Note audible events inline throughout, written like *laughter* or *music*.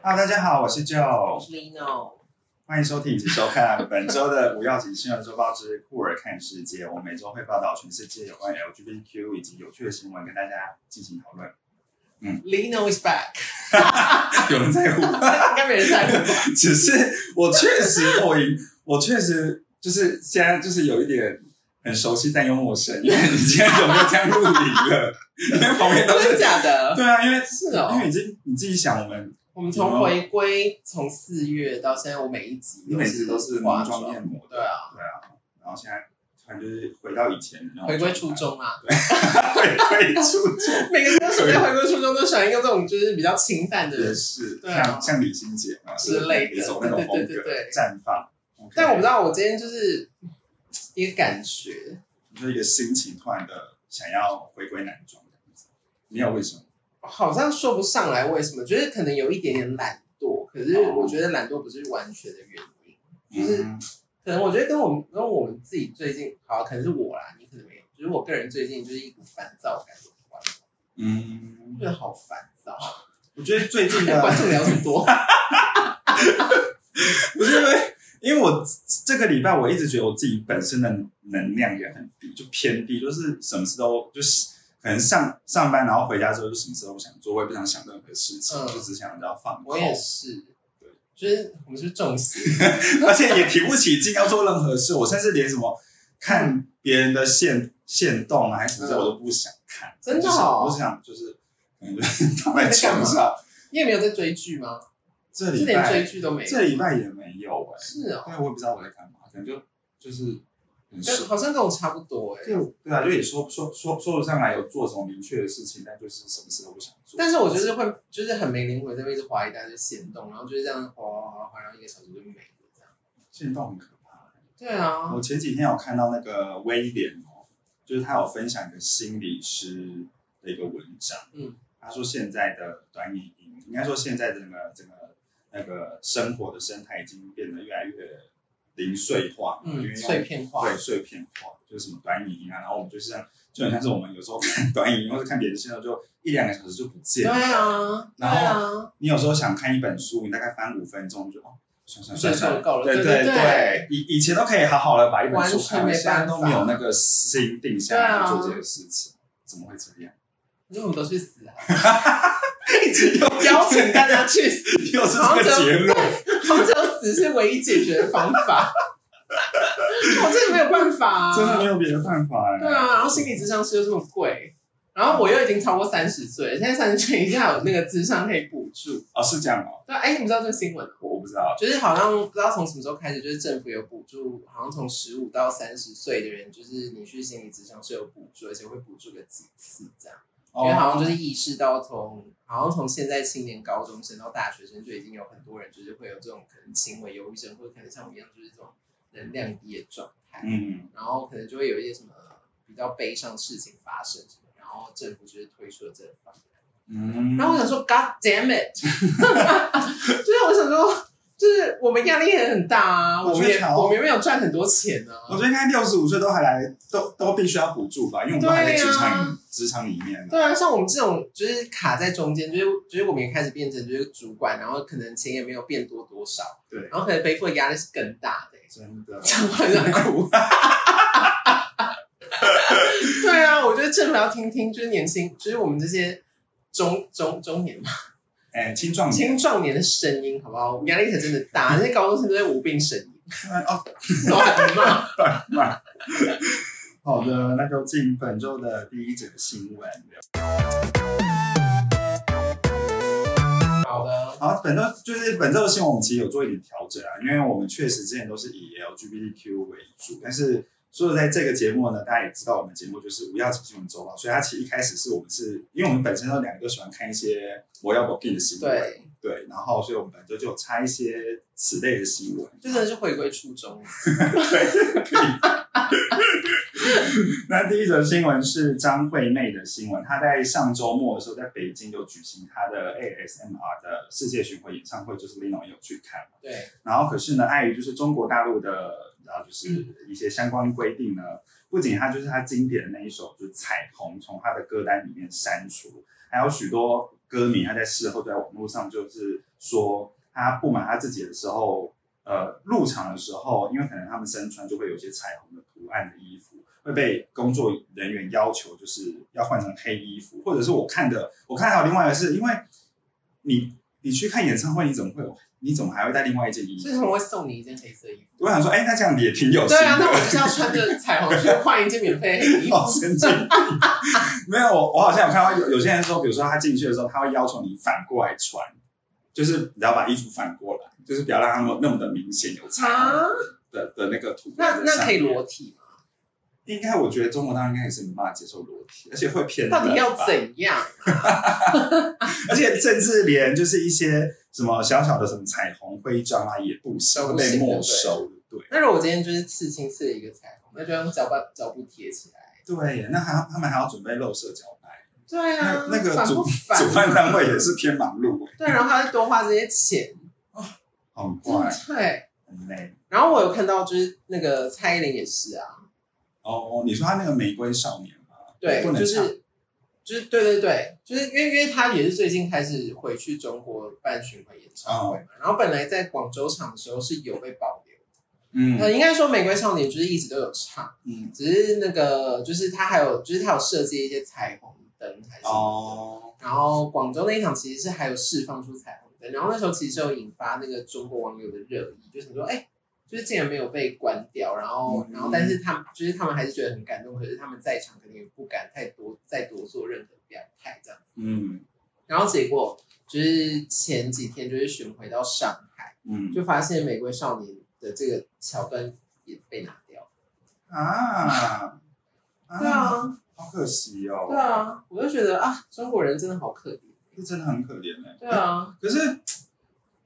Hello，大家好，我是 Joe， Lino，欢迎收听以及收看本周的五曜级新闻周报之酷儿看世界。我们每周会报道全世界有关 LGBTQ 以及有趣的新闻，跟大家进行讨论。 Lino is back，有人在乎？应该没人在乎。只是我确实我赢， *laughs* 我确实就是现在就是有一点很熟悉但又陌生，因为你今天有没有这样录影 *laughs* 了？因为旁边都真是的假的？对啊，因为是哦因为已经你自己想，我们我们从回归从四月到现在，我每一集你每次都是化浓妆艳抹的，对啊，对啊，然后现在突然就是回到以前的那种回归初状态，衷啊。 *laughs* 回归初衷。每个人都喜欢回归初衷，都喜欢用这种就是比较清淡也的是，对啊像像李心洁嘛之类那的，种对那种对风对格对对。绽放。OK 但我不知道，我今天就是一个感觉，你说一个心情突然的想要回归男装这样子，没有为什么？好像说不上来为什么，就是可能有一点点懒惰，可是哦我觉得懒惰不是完全的原因。就是嗯可能我觉得跟我们跟我们自己最近，好，可能是我啦，你可能没有，就是我个人最近就是一股烦躁感有关，嗯我，觉得好烦躁， *laughs* 我觉得最近 *laughs* 跟观的众聊这么多，不是因为，因为我这个礼拜我一直觉得我自己本身的能量也很低，就偏低，就是什么事都就是。可能上上班，然后回家之后就什么事都不想做，我也不想想任何事情，嗯就只想要放空我，也是，就是我们是重视， *laughs* 而且也提不起劲要做任何事，我甚至连什么看别人的线线动啊，还是什么之类我都不想看，真的就哦是我想就是可能就是躺在床上，你也没有在追剧吗？这是礼连拜追剧都没有这，礼拜也没有哎、是哦，但我也不知道我在干嘛，可能就就是很跟顺。好像跟我差不多哎、就对啊，就也说说说说不上来有做什么明确的事情，但就是什么事都不想做。但是我就是会，就是很没灵魂，在那边一直滑一大堆线动，然后就是这样滑滑滑滑，然后一个小时就没了这样。现动很可怕、对啊，我前几天有看到那个威廉哦，就是他有分享一个心理师的一个文章，嗯，他说现在的短影音，应该说现在整个整个那个生活的生态已经变得越来越零碎化，因为嗯，用碎片化，对碎片化，就是什么短影音啊，然后我们就像就很像是我们有时候看 *laughs* 短影音或者看别人现在就一两个小时就不见对了，啊，对然后啊，你有时候想看一本书，你大概翻五分钟就哦，算算算就算就够了对对对对对以以前都可以好好的把一本书看完，完全没办法现在都没有那个心定下对来啊去做这个事情，怎么会这样？你说我们都去死啊！一直又邀请大家去死，又是这个结论，好像只有死是唯一解决的方 *laughs* 法。我真的没有办法、啊，真的没有别的办法哎。对啊，然后心理智商师又这么贵，然后我又已经超过三十岁，现在三十岁以下有那个智商可以补助。哦是这样哦，对啊，哎、你们知道这个新闻吗？我我不知道，就是好像不知道从什么时候开始，就是政府有补助，好像从十五到三十岁的人，就是你去心理智商是有补助，而且会补助个几次这样。哦因为好像就是意识到从好像从现在青年高中生到大学生就已经有很多人就是会有这种可能轻微忧郁症，或者可能像我一样就是这种能量低的状态，嗯然后可能就会有一些什么比较悲伤的事情发生什么，然后政府就是推出了这个方案。嗯，然后我想说，God *laughs* damn it！就是我想说，就是我们压力也很大啊，我我觉得们也好哦我们也没有赚很多钱呢、我啊。觉得应该六十五岁都还来，都都必须要补助吧，因为我们都啊还在职场职场里面呢。对啊，像我们这种就是卡在中间，就是就是我们也开始变成就是主管，然后可能钱也没有变多多少，对，然后可能背负的压力是更大的、欸， *laughs* 真的，讲话很想哭。对啊，我觉得政府要听听，就是年轻，就是我们这些中中中年嘛，哎，青壮年青壮年的声音，好不好？我们压力才真的大，那些高中生都在无病呻吟，哦，乱骂。好的，那就进本周的第一则新闻。好的，好，本周就是本周的新闻，我们其实有做一点调整啊，因为我们确实之前都是以 LGBTQ 为主，但是所以在这个节目呢，大家也知道我们节目就是无要紧新闻周报，所以它其实一开始是我们是因为我们本身都两个都喜欢看一些我要我 gay 的新闻，对，对，然后所以我们本周就有插一些此类的新闻，就真的是回归初衷。 *laughs* 那第一则新闻是张惠妹的新闻，她在上周末的时候在北京有举行她的 ASMR 的世界巡回演唱会，就是 Lino 也有去看嘛。对，然后可是呢，碍于就是中国大陆的，然后就是一些相关规定呢，不仅她就是她经典的那一首就是《彩虹》从她的歌单里面删除，还有许多歌迷他在事后在网络上就是说他不满他自己的时候，呃，入场的时候，因为可能他们身穿就会有一些彩虹的图案的衣服，会被工作人员要求就是要换成黑衣服，或者是我看的，我看还有另外一个是因为你你去看演唱会，你怎么会有？你怎么还会带另外一件衣所以他们服？会送你一件黑色衣服。我想说，哎、那这样也挺有心对的。啊，那我就是要穿着彩虹去换一件免费黑衣服哦，。神经病！ *laughs* 没有，我我好像有看到有有些人说，比如说他进去的时候，他会要求你反过来穿，就是你要把衣服反过来，就是不要让它那么那么的明显有差啊，的的那个图那案在那上面。可以裸体吗？应该我觉得中国大陆应该也是没办法接受裸体，而且会偏到底冷要吧怎样？而且甚至连就是一些什么小小的什么彩虹徽章啊，也不行都会不行被没就对收的。对那如果我今天就是刺青刺了一个彩虹，那就用胶把胶布贴起来。对，那他他们还要准备肉色胶带，对啊，那那个烦主不烦啊主办单位也是偏忙碌哎、对，然后他会多花这些 *laughs* 钱，很坏，对。很累。然后我有看到就是那个蔡依林也是啊，哦，你说他那个玫瑰少年吗？对，不能就唱。是就是对对对，就是因为因为他也是最近开始回去中国办巡回演唱会哦嘛，然后本来在广州场的时候是有被保留，嗯呃，应该说《玫瑰少年》就是一直都有唱，嗯，只是那个就是他还有就是他有设计一些彩虹灯还是什么的。哦，然后广州那一场其实是还有释放出彩虹灯，然后那时候其实是有引发那个中国网友的热议，就是说，哎、就是竟然没有被关掉，然后，嗯然后，但是他们就是他们还是觉得很感动，可是他们在场肯定也不敢太多再多做任何表态这样。嗯然后结果就是前几天就是巡回到上海，嗯就发现《玫瑰少年》的这个桥段也被拿掉。啊啊对，啊，好可惜哦，对，啊，我就觉得啊，中国人真的好可怜。这真的很可怜哎。对 *laughs* 啊，可是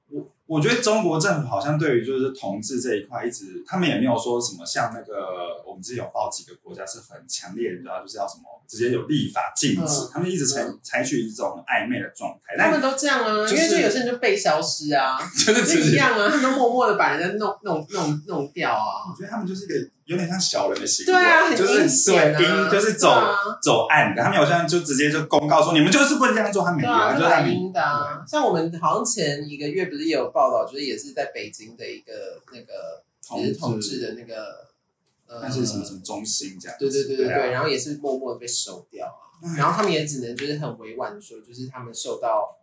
我我觉得中国政府好像对于就是同志这一块，一直他们也没有说什么像那个我们之前有报几个国家是很强烈，你知道就是要什么直接有立法禁止，嗯他们一直采嗯采取一种暧昧的状态，他但们都这样啊，就是因为就有些人就被消失啊，就是 *laughs* 就直一接。样啊，他们都默默的把人家弄弄弄弄掉啊我。觉得他们就是一个有点像小人的行为，对啊，很就阴是险对啊，阴就是走、对啊走暗的，他们好像就直接就公告说你们就是不能这样做，他没对有，啊，他就就让蛮你阴的啊。像我们好像前一个月不是也有报道，就是也是在北京的一个那个也是同志的那个呃，但是什么什么中心这样子，对对对对对对，啊，然后也是默默的被收掉啊唉。然后他们也只能就是很委婉的说，就是他们受到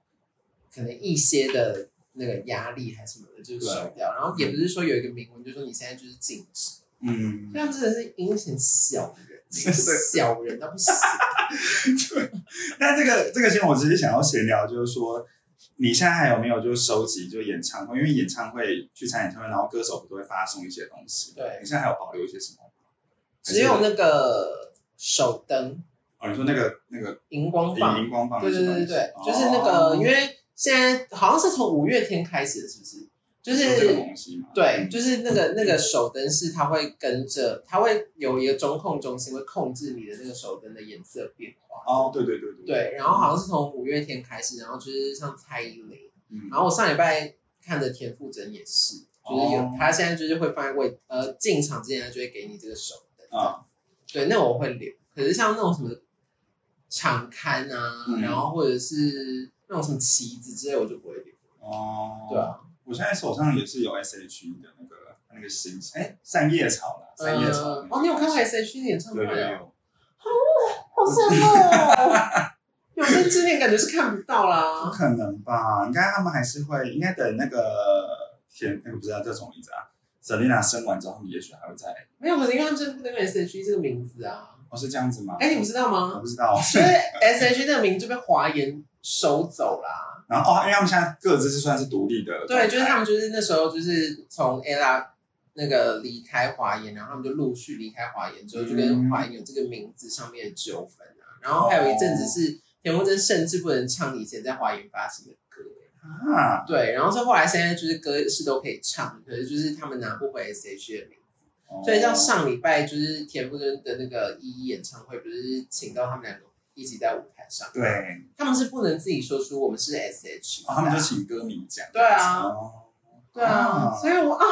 可能一些的那个压力还是什么的，就是收掉。然后也不是说有一个明文就说你现在就是禁止，嗯这，样真的是阴险小人，真的小人到不行。那这个这个新闻，我只是想要闲聊，就是说，你现在还有没有就是收集就演唱会？因为演唱会去参演唱会，然后歌手不都会发送一些东西？对你现在还有保留一些什么吗？还是只有那个手灯哦，你说那个那个荧光棒，荧荧光棒哦那对些对东西，对对对，就是那个，因为现在好像是从五月天开始的，是不是？就就是这个东西嘛，对，嗯就是那个那个手灯是它会跟着，它会有一个中控中心会控制你的那个手灯的颜色变化。哦，对对对对，对，然后好像是从五月天开始，然后就是像蔡依林，嗯，然后我上礼拜看的田馥甄也是，就是有哦他现在就是会放在位呃进场之前，他就会给你这个手灯。啊，对，那我会留。可是像那种什么场刊啊，嗯然后或者是那种什么旗子之类，我就不会留。哦，对啊，我现在手上也是有 S H E 的那个那个星，哎，散叶草啦，散叶草呃。哦，你有看过 S H E 的演唱会对对啊？对，好羡慕哦！ *laughs* 有生之年感觉是看不到不啦。可能吧？应该他们还是会，应该等那个天，那个不知道叫什么名字啊，Selina 生完之后，他们也许还会再，没有，可是因为他们真的不能用 S H E 这个名字啊。哦，是这样子吗？哎，你不知道我吗？不知道。所以 S H E 这个名字就被华研收走啦。然后哦，因为他们现在各自是算是独立的，对，就是他们就是那时候就是从 ella 那个离开华研，然后他们就陆续离开华研之后，就跟华研有这个名字上面的纠纷啊。然后还有一阵子是田馥甄甚至不能唱以前在华研发行的歌。啊，对，然后是后来现在就是歌是都可以唱，可是就是他们拿不回 S H E 的名字。哦所以像上礼拜就是田馥甄的那个一一演唱会，不是请到他们两个一起在舞台上，对，，他们是不能自己说出我们是 S H，、哦，他们就请歌迷讲，对啊哦，对啊，啊所以我啊，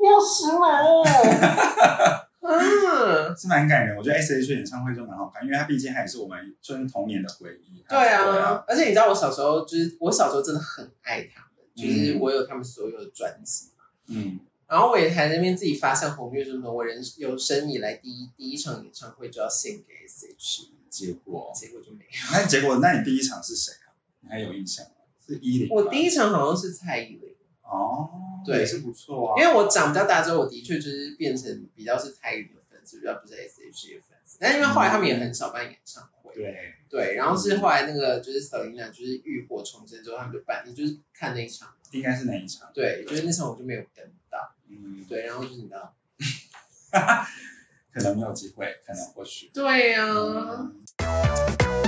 你好时髦哦，哦嗯，是蛮感人。我觉得 S.H. 演唱会就蛮好看，因为它毕竟它也是我们就是童年的回忆。对啊，，而且你知道我小时候就是我小时候真的很爱他们，就是我有他们所有的专辑，嗯，然后我也还在那边自己发下红月，什么我人有生以来第一第一场演唱会就要献给 S.H.E，结果结果就没有。那结果，那你第一场是谁啊？你还有印象吗？是依林吧。我第一场好像是蔡依林，哦，对也是不错啊。因为我长比较大之后，我的确就是变成比较是蔡依林的粉丝，比较不是 S.H.E 的粉丝。但因为后来他们也很少办演唱会，对，对，然后是后来那个就是 Selina 就是浴火重生之后，他们就办，你就是看那一场，应该是那一场。对，就是那场我就没有跟到，嗯，对，然后就是你知道，可能没有机会，可能或许。对呀、嗯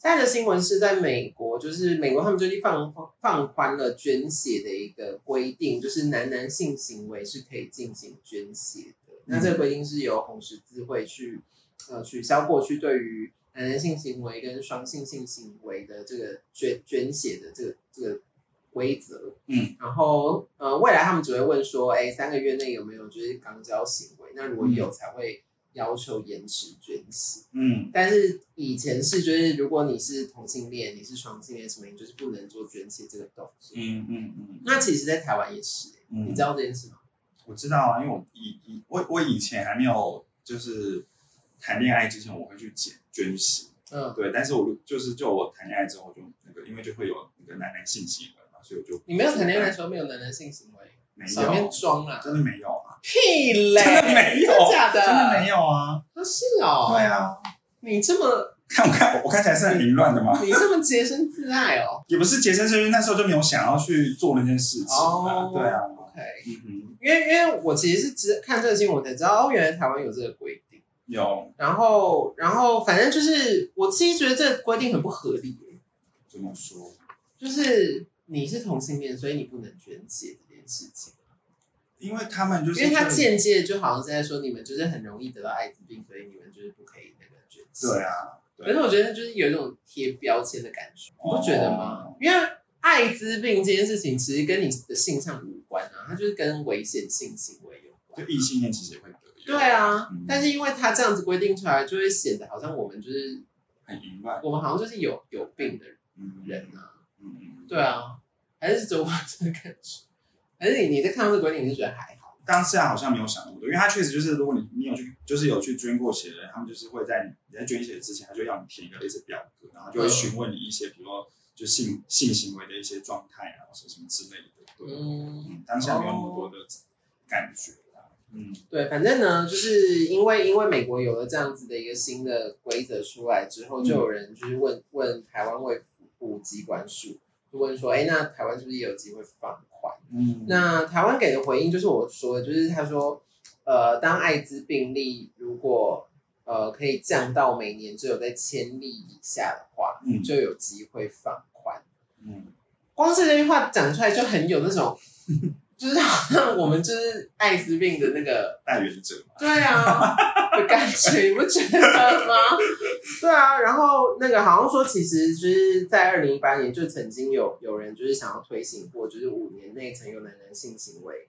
现在的新闻是在美国，就是美国他们最近放放宽了捐血的一个规定，就是男男性行为是可以进行捐血的。那这个规定是由红十字会去呃取消过去对于男男性行为跟双性性行为的这个捐捐血的这个这个规则。嗯，然后呃未来他们只会问说，哎，三个月内有没有就是肛交行为？那如果有才会要求延迟捐血。嗯，但是以前是就是，如果你是同性恋，你是双性恋什么，你就是不能做捐血这个动作。嗯嗯嗯那其实，在台湾也是、欸嗯，你知道这件事吗？我知道啊，因为我以以我我以前还没有就是谈恋爱之前，我会去捐捐血，嗯，对，但是我就是就我谈恋爱之后就那个，因为就会有那个男男性行为嘛，所以我就你没有谈恋爱的时候没有男人性行为，没少面有，装啊，真的没有啊，屁嘞，真的没有真的假的，真的没有啊，有，是哦，对，啊，你这么看我看我看起来是很凌乱的吗？你这么洁身自爱哦，也不是洁身自爱，因为那时候就没有想要去做那件事情啊哦，，对啊， ，OK，嗯哼，因为因为我其实是只看这个新闻我才知道，哦，原来台湾有这个规定，有然后然后反正就是我自己觉得这个规定很不合理、欸怎么说？就是你是同性恋，所以你不能捐血这件事情，因为他们就是因为他会间接就好像是在说你们就是很容易得到艾滋病，所以你们就是不可以那个捐血。对啊，对可是我觉得就是有一种贴标签的感觉，你哦不觉得吗？因为艾滋病这件事情其实跟你的性向无关啊，它就是跟危险性行为有就关。异性恋其实也会得，对，啊嗯，但是因为他这样子规定出来，就会显得好像我们就是很凌乱，我们好像就是有有病的嗯，人啊。嗯，嗯，对啊，还是走我这个感觉，还是你你在看到这个规定，你是觉得还好？当下好像没有想那么多，因为他确实就是，如果你你有去，就是有去捐过血的人，他们就是会在你你在捐血之前，他就要你填一个类似表格，然后嗯就会询问你一些，比如说就性性行为的一些状态啊，或者什么之类的。对，嗯，嗯，当下没有那么多的感觉啦。嗯对，反正呢，就是因为因为美国有了这样子的一个新的规则出来之嗯后，就有人就是问问台湾卫福部机关署，就问说，哎，那台湾是不是也有机会放宽？嗯，哦那台湾给的回应就是我说的，就是他说，呃，当艾滋病例如果呃可以降到每年只有在千例以下的话，嗯就有机会放宽。嗯光是这句话讲出来就很有那种， *laughs* 就是好像我们就是艾滋病的那个，代原者嘛，对啊 *laughs* 的感觉，你不觉得吗？ *laughs* 对啊，然后那个好像说，其实就是在二零一八年就曾经有有人就是想要推行过，就是五年内曾有男男性行为，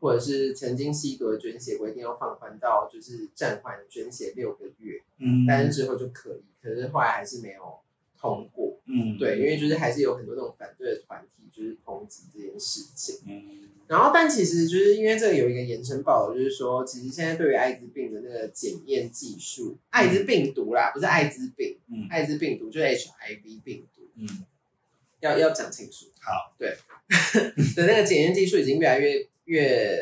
或者是曾经吸毒的捐血规定要放宽到就是暂缓捐血六个月，嗯但是之后就可以，可是后来还是没有通过。嗯对，因为就是还是有很多那种反对的团体，就是抨击这件事情。嗯然后，但其实就是因为这个有一个延伸报道，就是说，其实现在对于艾滋病的那个检验技术，艾滋病毒啦，不是艾滋病，嗯艾滋病毒就是 HIV 病毒，嗯要要讲清楚。好，对 *laughs* 的那个检验技术已经越来越越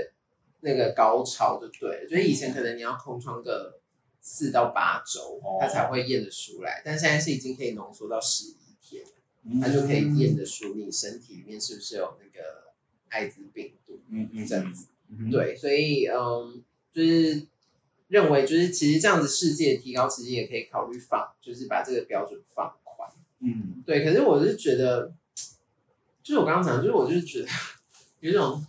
那个高超，就对了，就是以前可能你要空窗个四到八周哦，它才会验得出来，但现在是已经可以浓缩到十一天。嗯它就可以验得出你身体里面是不是有那个艾滋病毒嗯嗯这样子。嗯，对，所以嗯，就是认为就是其实这样子世界提高，其实也可以考虑放，就是把这个标准放宽。嗯对，可是我是觉得，就是我刚刚讲，就是我就是觉得有一种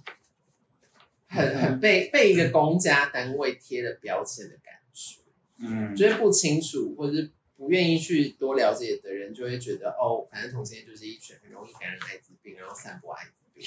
很很被被一个公家单位贴了标签的感觉。嗯，就是不清楚或者是不愿意去多了解的人，就会觉得哦，反正同性恋就是一群很容易感染艾滋病，然后散播艾滋病。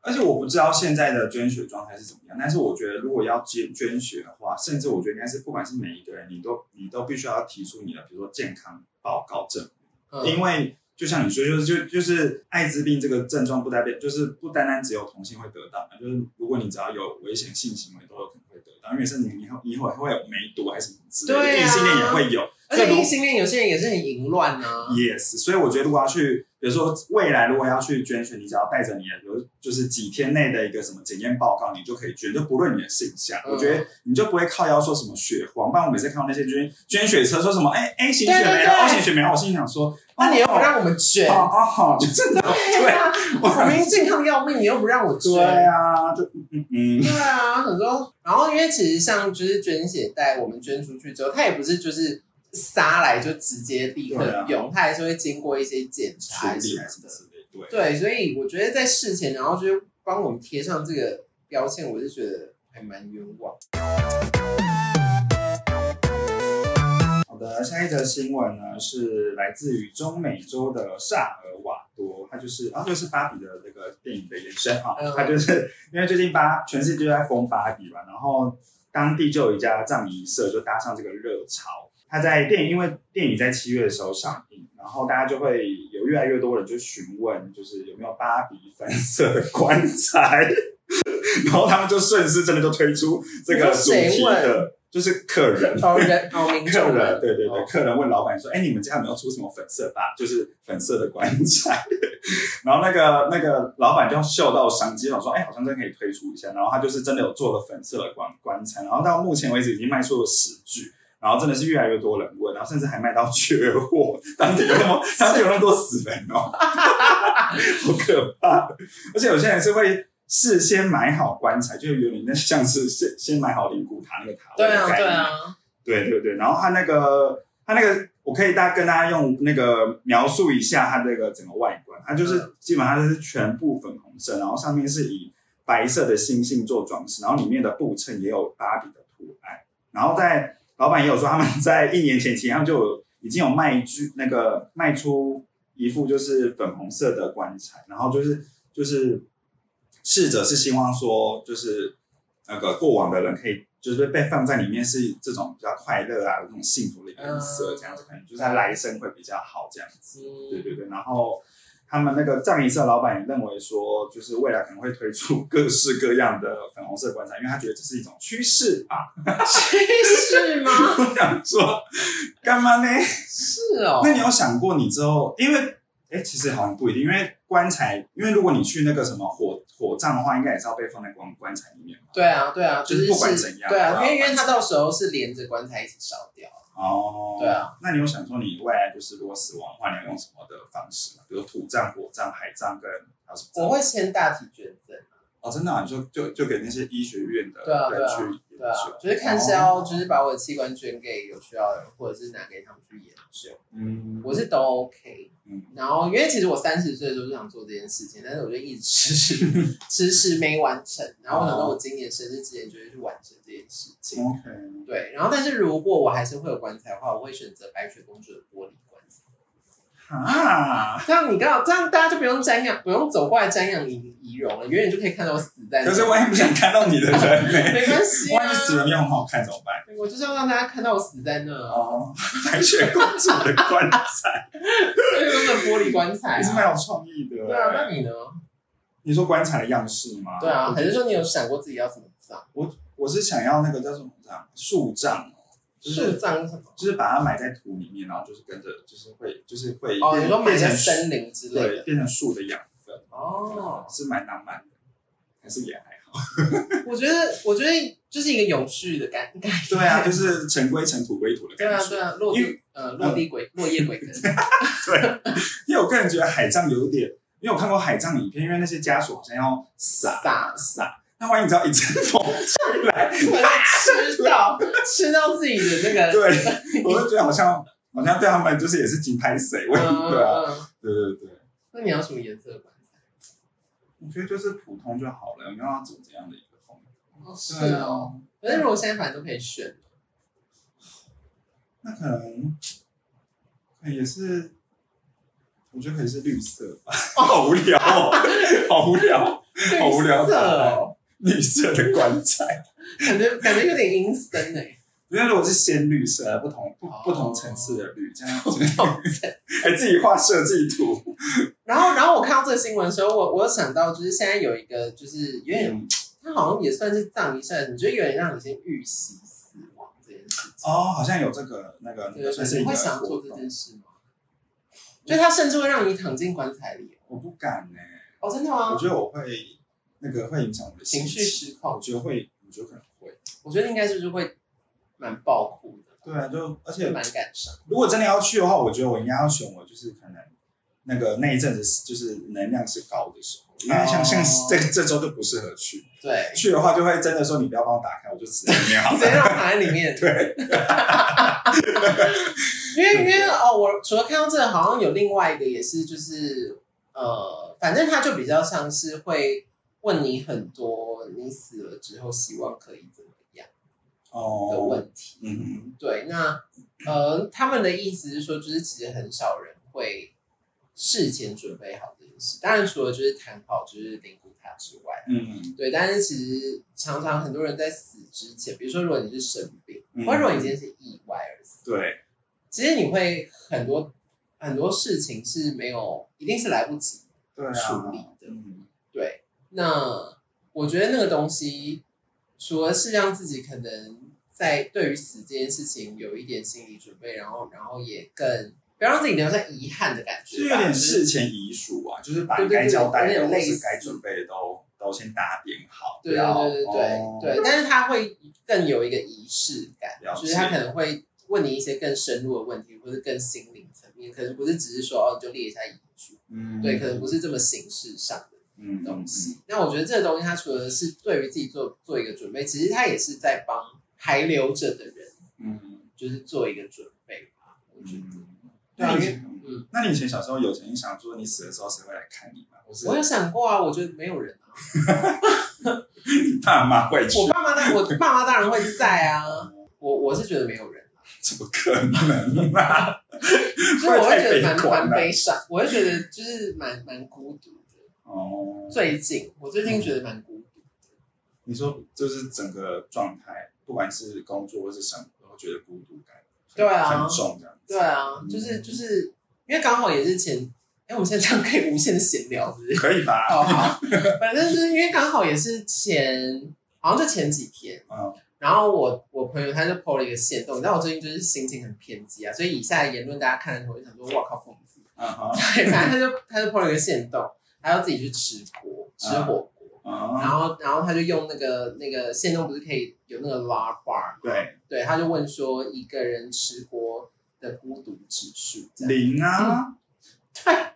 而且我不知道现在的捐血状态是怎么样，但是我觉得如果要捐捐血的话，甚至我觉得应该是不管是每一个人，你都你都必须要提出你的，比如说健康报告证明，嗯因为就像你说，就是就就是艾滋病这个症状不代表，就是不单单只有同性会得到，就是如果你只要有危险性行为都有可能会得到，因为甚至你以后以后还会有梅毒还是什么之类的，对啊异性恋也会有，而且异性恋有些人也是很淫乱啊， Yes，所以我觉得如果要去，比如说未来如果要去捐血，你只要带着你的，比如就是几天内的一个什么检验报告，你就可以捐，就不论你的性向，嗯我觉得你就不会靠腰说什么血黄。不然我每次看到那些捐捐血车说什么，哎、A 型血没对对了对，O 型血没了，我心里想说，那你又不哦让我们捐， *laughs* 哦哦好，就真的对啊，我明明健康要命，你又不让我捐，对啊，就嗯嗯嗯，对啊，很多。然后因为其实像就是捐血袋，我们捐出去之后，它也不是就是撒来就直接立刻用，它还是会经过一些检啊处查什理么还是什么的。之类，对。对，所以我觉得在事前，然后就是帮我们贴上这个标签，我是觉得还蛮冤枉。好的，下一则新闻呢是来自于中美洲的萨尔瓦多，它就是啊，就是芭比的那个电影的延伸啊嗯，它就是因为最近巴全世界都在封芭比嘛，然后当地就有一家葬仪社就搭上这个热潮，它在电影因为电影在七月的时候上映，然后大家就会有越来越多人就询问，就是有没有芭比粉色的棺材， *laughs* 然后他们就顺势真的就推出这个主题谁问的，就是客人。哦，人哦，民客众人，对对对，哦客人问老板说：“哎，你们家有没有出什么粉色吧？就是粉色的棺材。” *laughs* 然后那个那个老板就嗅到商机，想说：“哎，好像真可以推出一下。”然后他就是真的有做了粉色的棺棺材，然后到目前为止已经卖出了十具。然后真的是越来越多人问，然后甚至还卖到缺货，当地有那么当地有那么多死人哦， *laughs* 好可怕！而且有些人是会事先买好棺材，就是有点那像是先先买好灵骨塔那个塔位对的啊，概念对啊，对对对，然后它那个它那个，我可以大跟大家用那个描述一下它这个整个外观，它就是基本上就是全部粉红色，然后上面是以白色的星星做装饰，然后里面的布衬也有芭比的图案，然后在老板也有说他们在一年前其实他们就有已经有卖具那个卖出一副就是粉红色的棺材，然后就是就是逝者是希望说就是那个过往的人可以就是被放在里面是这种比较快乐啊那种幸福的颜色这样子，可能就是他来生会比较好这样子。对 *laughs* 嗯对对，然后他们那个藏仪社老板也认为说，就是未来可能会推出各式各样的粉红色棺材，因为他觉得这是一种趋势啊。是吗？我想说，干嘛呢？是哦，那你有想过你之后，因为哎，其实好像不一定，因为棺材，因为如果你去那个什么火火葬的话，应该也是要被放在棺棺材里面嘛。对啊，对啊，就是是不管怎样对都啊，要因为因为它到时候是连着棺材一起烧 *laughs* 掉。哦，对啊。那你有想说，你未来就是如果死亡的话，你要用什么的方式吗？比如土葬、火葬、海葬跟还有什么葬？我会先大体捐赠，哦，真的、啊，你说就就给那些医学院的对啊对人啊去研对啊究，，就是看是要哦就是把我的器官捐给有需要的人，或者是拿给他们去研究，嗯，我是都 OK。嗯然后因为其实我三十岁的时候就想做这件事情，但是我就一直迟迟迟迟没完成。然后我想说，我今年生日之前就会去完成这件事情。 OK，对，然后但是如果我还是会有棺材的话，我会选择白雪公主的玻璃棺材。啊，这样你刚好，这样大家就不用瞻仰，不用走过来瞻仰仪仪容了，远远就可以看到我死在那。可是万一不想看到你的人 *laughs* 呢、没关系啊万一，死人面很好看怎么办？我就是要让大家看到我死在那啊。哦， *laughs* 白雪公主的棺 *laughs* 材对，都是玻璃棺材、也是啊。蛮有创意的、对啊，那你呢？你说棺材的样式吗？对啊，还是说你有想过自己要怎么葬？我是想要那个叫什么葬？树葬哦，就树是葬是什么？就是把它埋在土里面，然后就是跟着，就是会就是会哦，变你说埋变在成森林之树类对，的。变成树的养分，哦，是蛮浪漫的，还是也还好。我觉得，我觉得就是一个永续的感感。 *laughs* 对啊，就是尘归尘，土归土的对感啊，觉。对啊，落因地呃，落地鬼，落叶鬼根。因为我个人觉得海葬有一点，因为我看过海葬影片，因为那些家属好像要撒撒撒，那万一你知道一阵风 *laughs* 吹来，吃到吃到自己的那个，对，我就觉得好像好像对他们就是也是金牌水位，嗯，对啊，嗯对对对。那你要什么颜色的棺材？我觉得就是普通就好了，你要走这样的一个风格。哦是哦，可是如果现在反正都可以选，那可能可能也 *laughs* 是，我觉得可以是绿色吧。好无聊、哦，好无聊。好无聊绿色，哦绿色的棺材。感觉感觉有点阴森哎，因为如果是鲜绿色，不同不哦不同层次的绿，这样子， *laughs* 还自己画设计图，然后，然后我看到这个新闻的时候，我我有想到，就是现在有一个，就是有点，他好像也算是葬仪社，你觉得有点让你先预习死亡这件事情？哦，好像有这个那个那对个对算是对，一你个会想活做这动件事吗？就他甚至会让你躺进棺材里我不敢呢、哦，真的我吗？觉得我会那个会影响我的情绪绪失我控，觉得会，我觉得可能会。我觉得应该就是会蛮爆哭的，对啊，就而且蛮感伤。如果真的要去的话，我觉得我应该要选我就是可能那个那一阵子就是能量是高的时候，因为像、哦像这这周就不适合去， *laughs* 对，去的话就会真的说你不要帮我打开，我就死在里面好 *laughs* 直接了。让我躺在里面。对，因为因为哦，我除了看到这个，好像有另外一个也是，就是呃，反正他就比较像是会问你很多你死了之后希望可以怎么样的哦，问题。嗯对，那呃，他们的意思是说，就是其实很少人会事前准备好这件事。当然，除了就是谈好就是灵骨塔之外，嗯对，但是其实常常很多人在死之前，比如说如果你是生病，嗯或者如果你今天是意外而死，对，其实你会很多很多事情是没有，一定是来不及。对啊，处理的嗯，对，那我觉得那个东西，除了是让自己可能在对于死这件事情有一点心理准备，然后然后也更不要让自己留下遗憾的感就是觉有吧，点就是事前遗嘱啊，就是把对对对该交代有的点或类是似该准备的都都先打点好，对不对要对对对、哦对，但是他会更有一个仪式感了，解就是他可能会问你一些更深入的问题，或是更心灵层面，可能不是只是说哦你就列一下遗嘱，嗯，对，可能不是这么形式上的。嗯东西。那我觉得这个东西，它除了是对于自己做做一个准备，其实它也是在帮还留着的人，嗯。嗯就是做一个准备吧。我觉得、那你以对前嗯，啊那你以前小时候有曾经想说，你死的时候谁会来看你吗？或是我有想过啊，我觉得没有人啊，你爸妈会去我？爸妈当我爸妈当然会在啊，我我是觉得没有人啊，怎么可能啊？所以我会觉太悲得蛮观蛮了悲伤，我会觉得就是蛮蛮孤独的。哦，最近我最近觉得蛮孤独，你说就是整个状态，不管是工作或是生活，都会觉得孤独感很对啊很重的。对啊，就是就是因为刚好也是前，哎，我们现在这样可以无限的闲聊，是不是？可以吧？ *laughs* 哦，好，反正就是因为刚好也是前，好像就前几天，嗯然后我我朋友他就 PO 了一个线动，但我最近就是心情很偏激啊，所以以下的言论大家看了之后就想说，哇靠，疯子。嗯好对，反正他就他就 PO 了一个线动，他要自己去吃锅，吃火锅，然嗯，后然后他就用那个那个线动不是可以有那个 bar bar，吗对，对，他就问说一个人吃锅的孤独指数这样，零啊，嗯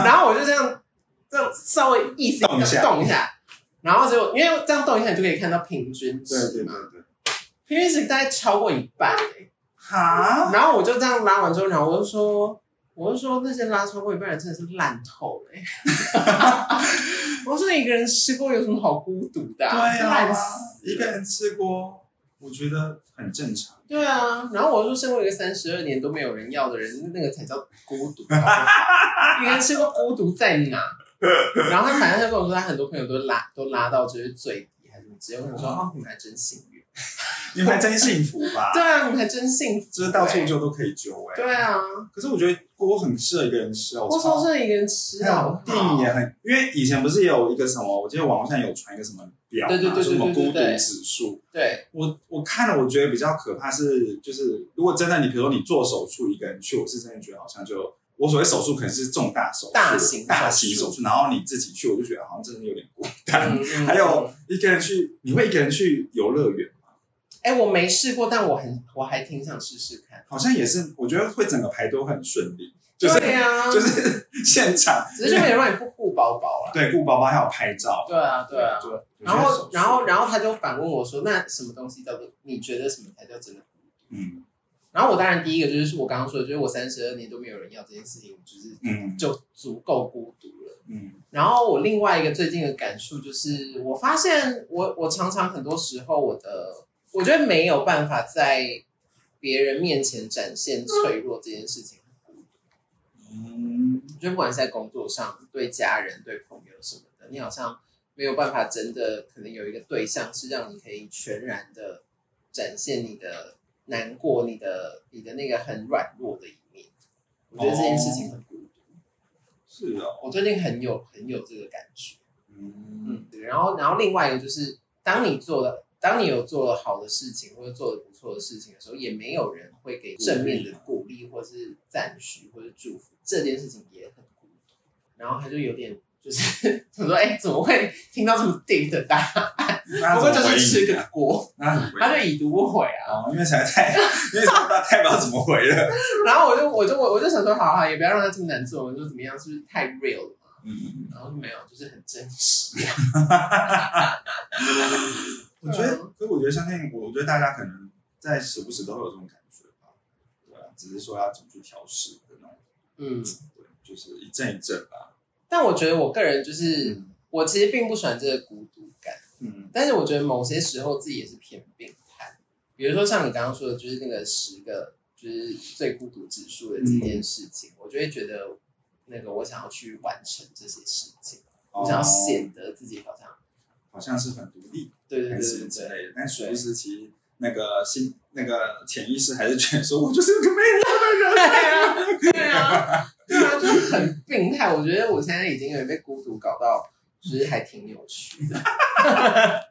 *laughs* 然后我就这样这样稍微意思动一下动一下，然后就因为这样动一下，你就可以看到平均对对值对嘛，对，平均值大概超过一半、欸、哈，然后我就这样拉完之后，然后我就说。我就说那些拉超过一半的人真的是烂透了、欸，欸 *laughs* 我说一个人吃过有什么好孤独的、对烂啊死，一个人吃锅，我觉得很正常。对啊，然后我说，身为一个三十二年都没有人要的人，那个才叫孤独。啊一 *laughs* 个人吃过孤独在哪？然后他反正他跟我说，他很多朋友都拉都拉到就是最低还是什么之类的。我想说，哦，你们还真幸运。你们还真幸福吧？对，啊，你们还真幸福。就是到处就都可以揪哎。对啊，可是我觉得锅很适合一个人吃哦，我超超是一个人吃啊还好不有哎好？电影也很，因为以前不是有一个什么，我记得网络上有传一个什么表嘛，对对对对什么对对孤独对对指数。对我我看了，我觉得比较可怕是，就是如果真的你，比如说你做手术一个人去，我是真的觉得好像就我所谓手术可能是重大手术、大型大手术型手术，然后你自己去，我就觉得好像真的有点孤单。嗯 *laughs* 嗯还有一个人去，你会一个人去游乐园吗？哎，我没试过，但我很我还挺想试试看。好像也是，我觉得会整个排都很顺利，就是、对啊，就是 *laughs* 现场只是就没有让你不顾包包了。对顾宝宝还有拍照，啊对啊，对啊。就然后，然后，然后他就反问我说：“那什么东西叫做你觉得什么才叫真的孤独嗯？”然后我当然第一个就是我刚刚说的，就是我三十二年都没有人要这件事情，就是嗯就足够孤独了。嗯然后我另外一个最近的感触就是，我发现我我常常很多时候我的我觉得没有办法在别人面前展现脆弱这件事情，嗯，我觉得不管是在工作上、对家人、对朋友什么的，你好像没有办法真的可能有一个对象是让你可以全然的展现你的难过、你的你的那个很软弱的一面。我觉得这件事情很孤独。是哦，我最近很有很有这个感觉。嗯，嗯，对。然后，然后另外一个就是，当你做了，当你有做了好的事情或者做的不错的事情的时候，也没有人会给正面的鼓励或是赞许或是祝福，这件事情也很孤独。然后他就有点就是 *laughs* 想说，哎、怎么会听到这么 deep 的答案？那不过就怎么回是吃应啊个锅，那很他就已读不回啊。哦，因为实在太， *laughs* 因为实在太不知道怎么回了。然后我就我就我我就想说，好好，也不要让他这么难做，我就怎么样，是不是太 real 了嘛？ *laughs* 嗯，然后就没有，就是很真实。我啊觉得，所以我觉得相信，我觉得大家可能在时不时都会有这种感觉吧。对啊，只是说要怎么去调试的那种，嗯，对，就是一阵一阵吧。但我觉得我个人就是，嗯我其实并不喜欢这个孤独感，嗯但是我觉得某些时候自己也是偏病态。比如说像你刚刚说的，就是那个十个就是最孤独指数的这件事情，我就会觉得那个我想要去完成这些事情，我想要显得自己好像哦好像是很独立对对还对是对之对。类的，但殊不知其实那个心那个潜意识还是觉得说我就是个没有对啊，对啊，对啊，就是很病态。我觉得我现在已经有点被孤独搞到，就是还挺扭曲的。 *laughs*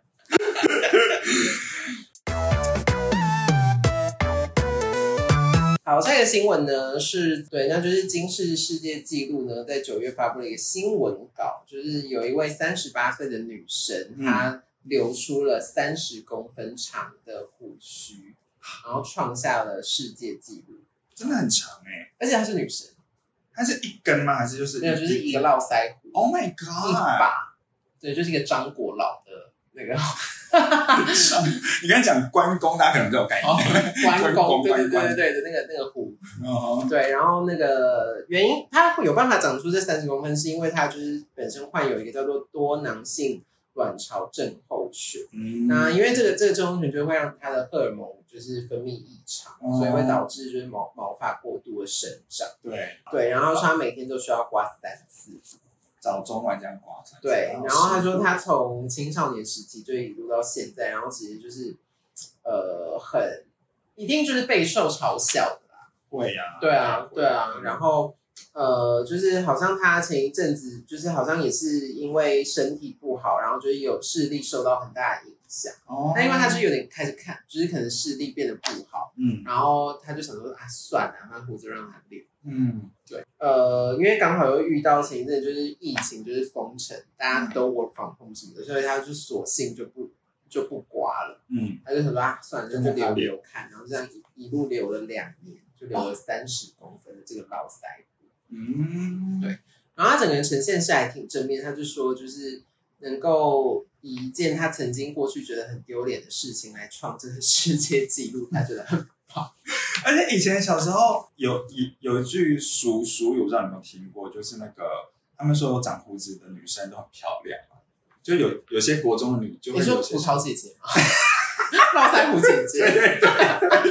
好，下一个新闻呢是对，那就是金氏世界纪录呢，在九月发布了一个新闻稿，就是有一位三十八岁的女生，嗯她留出了三十公分长的胡须，然后创下了世界纪录，真的很长哎、欸，而且她是女生。它是一根吗？还是就是没有，就是一个络腮胡， ？Oh my 一 god！把，对，就是一个张果老的那个 *laughs* 你刚才讲关公，大家可能都有哦概念。 *laughs* 关关公，公对对关对对对的那个那个胡，哦，对，然后那个原因，他会有办法长出这三十公分，是因为他就是本身患有一个叫做多囊性卵巢症候群。嗯，那因为这个这个症候群就会让他的荷尔蒙就是分泌异常，哦所以会导致就是毛毛发过度的生长。对，对，然后说他每天都需要刮三次，早中晚这样刮才知道对，然后他说他从青少年时期就一路到现在，然后其实就是呃很一定就是备受嘲笑的啦。会啊，对啊，对啊，然后后呃就是好像他前一阵子就是好像也是因为身体不好，然后就是有视力受到很大的影响。哦，那因为他就是有点开始看，就是可能视力变得不好，嗯然后他就想说啊算了，那胡子让他留。嗯呃，因为刚好又遇到前一阵就是疫情，就是封城，大家都 work from home 什么的，所以他就索性就不就不刮了，嗯，他就想说啊，算了，就真的留好留看，然后这样一一路留了两年，就留了三十公分的这个络腮胡。嗯，对，然后他整个人呈现是还挺正面，他就说就是能够以一件他曾经过去觉得很丢脸的事情来创这个世界纪录，他觉得很而且以前小时候有一有一句俗俗语，我不知道你有没有听过，就是那个他们说有长胡子的女生都很漂亮嘛，就有有些国中的女就你 *laughs* 会说有些葡，萄姐姐吗？络腮胡姐对姐对对，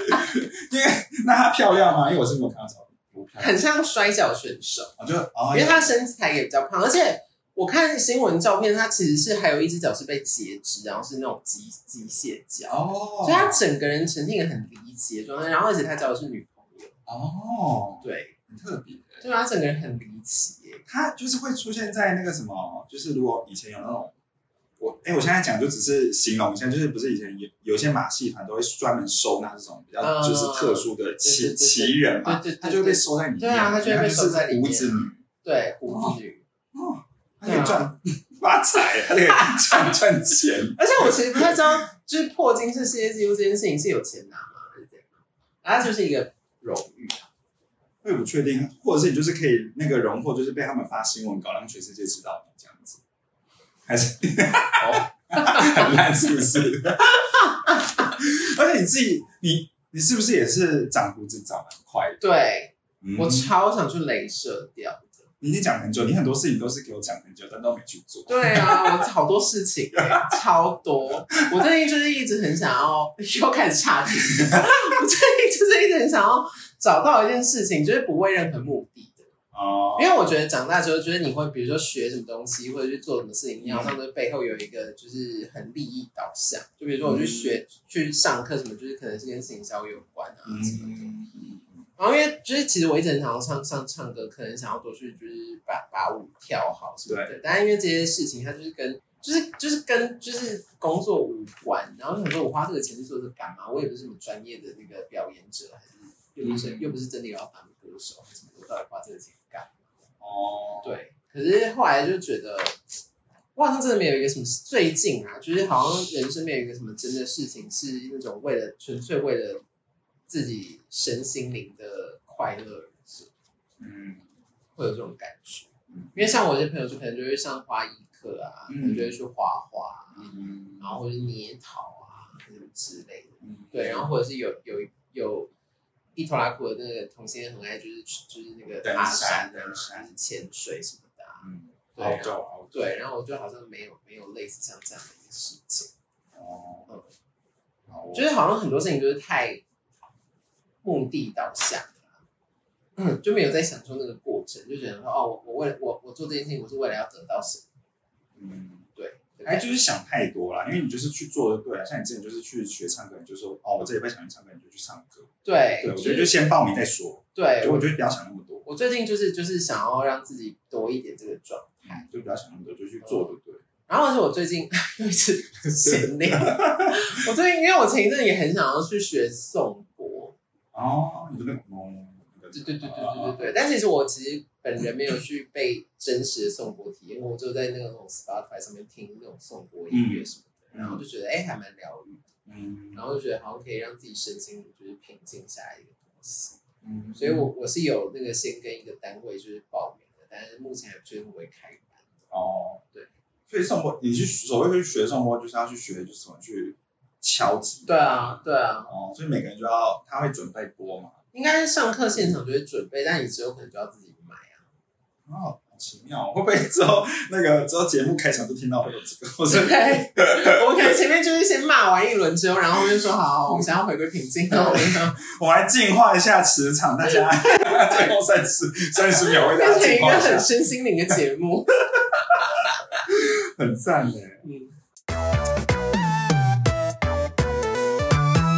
因为那她漂亮吗？因为我是没有看到照片，不漂亮， *laughs* 很像摔跤选手。我就哦，因为他身材也比较胖，而且我看新闻照片，他其实是还有一只脚是被截肢，然后是那种机机械脚，哦，所以他整个人呈现一个很离奇的状态。然后而且他交的是女朋友，哦，对，很特别。就是他整个人很离奇耶。它就是会出现在那个什么，就是如果以前有那种，我哎、我现在讲就只是形容一下，就是不是以前有有些马戏团都会专门收纳这种比较嗯就是特殊的奇、对对对对奇人嘛，对对对对他就会被收在里面，对啊他就会被收在里面因为她就是胡子女，对，胡子女。哦，他啊可以赚 *laughs* 发财，他可以赚赚钱，而且我其实不太知道，就是破金是世界纪录这件事情是有钱拿吗，还是怎样？然后它就是一个荣誉啊。我也不确定，或者是你就是可以那个荣获，就是被他们发新闻稿让全世界知道你这样子，还是哦， *laughs* 很烂是不是？而且你自己，你你是不是也是长胡子长蛮快的？对嗯我超想去镭射掉的。你已经讲很久，你很多事情都是给我讲很久，但都没去做。对啊，我好多事情、欸，超多。我最近就是一直很想要， *laughs* 又开始岔题。我最近就是一直很想要找到一件事情，就是不为任何目的的，哦，因为我觉得长大之后，就是你会比如说学什么东西，或者去做什么事情，你好像都背后有一个就是很利益导向。就比如说我去学、去上课什么，就是可能是跟行销有关啊什么的。嗯，然后因为就是其实我一直很想要唱唱唱歌，可能想要多去就是把把舞跳好什么的。但是因为这些事情，它就是跟就是就是跟就是工作无关。然后就想说我花这个钱去做这个干嘛？我也不是什么专业的那个表演者，还是又不是、嗯又不是真的有要当歌手，还是什么的我到底花这个钱干嘛？哦，对，可是后来就觉得，我好像真的没有一个什么最近啊，就是好像人生没有一个什么真的事情是那种为了纯粹为了自己身心灵的快乐而做，嗯，会有这种感觉嗯。因为像我一些朋友就可能就会上花艺课啊，可嗯能就会去画画啊，嗯，然后或者是捏陶啊什么之类的。嗯，对，啊然后或者是有有有一头拉苦的那个同性恋很爱就是就是那个登爬山山登啊、山潜水什么的、啊。嗯，对好然久后好久，对，然后我就好像没有没有类似像这样的一个事情，哦，好哦，就是好像很多事情就是太目的导向了，就没有在享受那个过程，就觉得说哦，我我为了我我做这件事情，我是为了要得到什么？嗯。对，对哎，就是想太多了，因为你就是去做就对啊了。像你之前就是去学唱歌，你就说哦，我这礼拜想去唱歌，你就去唱歌。对，对，我就觉得就是先报名再说。对就我我觉得不要想那么多，我最近就是就是想要让自己多一点这个状态，嗯就不要想那么多，就去做就对了。然后而且我最近 *laughs* 又一直闲聊， *laughs* 我最近因为我前一阵也很想要去学颂钵，哦，你这边哦，那个对对对对对对对。但其实我其实本人没有去被真实的颂钵体验，我就在那个那种 Spotify 上面听那种颂钵音乐什么的，嗯然后就觉得哎、还蛮疗愈，嗯然后就觉得好像可以让自己身心就是平静下来的一个东西。嗯，所以我我是有那个先跟一个单位就是报名的，但是目前还不确定会不会开班。哦，对，所以颂钵，你去所谓去学颂钵，就是要去学就是怎么去敲击。对啊，对啊，哦，所以每个人就要他会准备钵嘛。应该上课现场就会准备，但你之后可能就要自己买啊。哦，好奇妙哦，会不会之后那个之后节目开场就听到会有这个？我是对，我可能前面就是先骂完一轮之后，然后就说好，我想要回归平静，然后我就想我来净化一下磁场，大家再用三十三十秒为大家变成一净个化一很下，身心灵的节 *laughs* 目。很赞欸呢。嗯，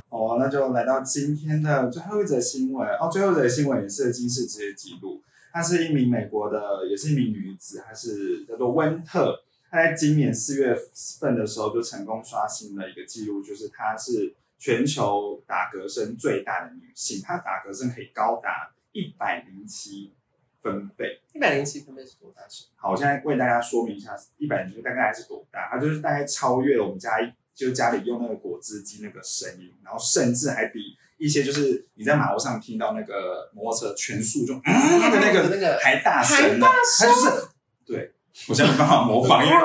好、啊那就来到今天的最后一则新闻哦，最后一则新闻也是金氏职业纪录，她是一名美国的，也是一名女子，她是叫做温特，她在今年四月份的时候就成功刷新了一个记录，就是她是全球打嗝声最大的女性，她打嗝声可以高达一百零七分贝。一百零七分贝是多大声？好，我现在为大家说明一下，一百零大概是多大？它就是大概超越了我们家一就家里用那个果汁机那个声音，然后甚至还比一些就是你在马路上听到那个摩托车全速就嗯的那个那 *laughs* 个还大声呢，它就是对我现在没办法模 *laughs* *laughs* 仿，因为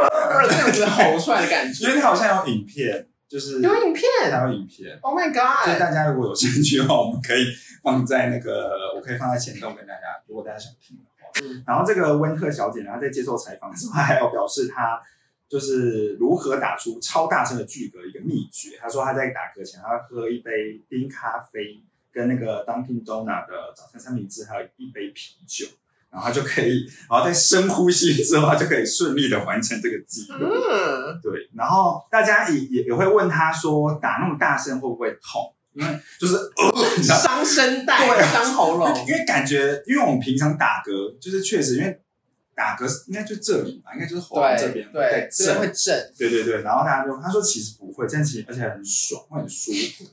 这样子吼出来的 *laughs* 感因觉。为它好像有影片，就是有影片它有影片。 ，Oh my 所以 God！大家如果有兴趣的话，我们可以放在那个， *laughs* 我可以放在前动跟大家，如果大家想听的话。嗯，然后这个温特小姐呢，她在接受采访的时候，她还有表示她就是如何打出超大声的巨嗝一个秘诀。她说她在打嗝前，她喝一杯冰咖啡，跟那个 Dunkin' Donut 的早餐三明治，还有一杯啤酒，然后她就可以，然后在深呼吸之后，她就可以顺利的完成这个记录。嗯，对，然后大家也也也会问她说，打那么大声会不会痛？因为就是呃， *laughs* 你知道伤对声带，啊伤喉咙。 *laughs* 因为感觉，因为我们平常打嗝，就是确实，因为打嗝应该就这里吧，应该就是喉咙这对边对，这边震，会震。对对对。然后大家就他说其实不会，但其实而且很爽，会很舒服。 *laughs*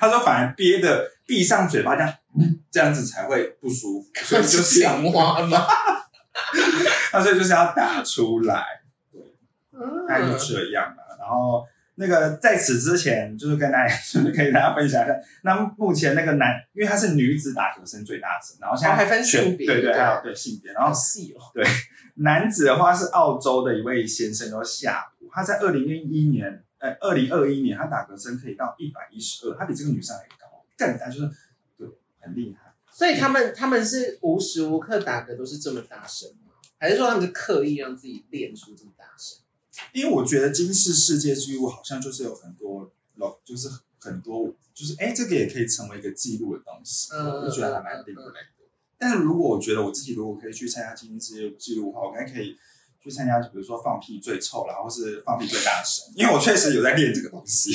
他说反而憋的闭上嘴巴这样，嗯这样子才会不舒服，所以 *laughs* 就是要，青蛙 *laughs* 吗？他所以就是要打出来。大概就嗯，这样吧。然后那个在此之前，就是跟大家就是可以大家分享一下，那目前那个男，因为他是女子打嗝声最大声，然后现在哦还分全性别对对，对还有对性别。然好后细哦。男子的话是澳洲的一位先生叫夏普，他在二零零一年，呃，二零二一年他打嗝声可以到一百一十二，他比这个女生还高，更大就是对，很厉害。所以他们他们是无时无刻打嗝都是这么大声吗？还是说他们是刻意让自己练出这么大声？因为我觉得金氏世界纪录好像就是有很多老，就是很多，就是哎，这个也可以成为一个记录的东西，嗯我觉得还蛮另类的。但是如果我觉得我自己如果可以去参加今天记录记录的话，我应该可以去参加，比如说放屁最臭啦，然后是放屁最大声，因为我确实有在练这个东西，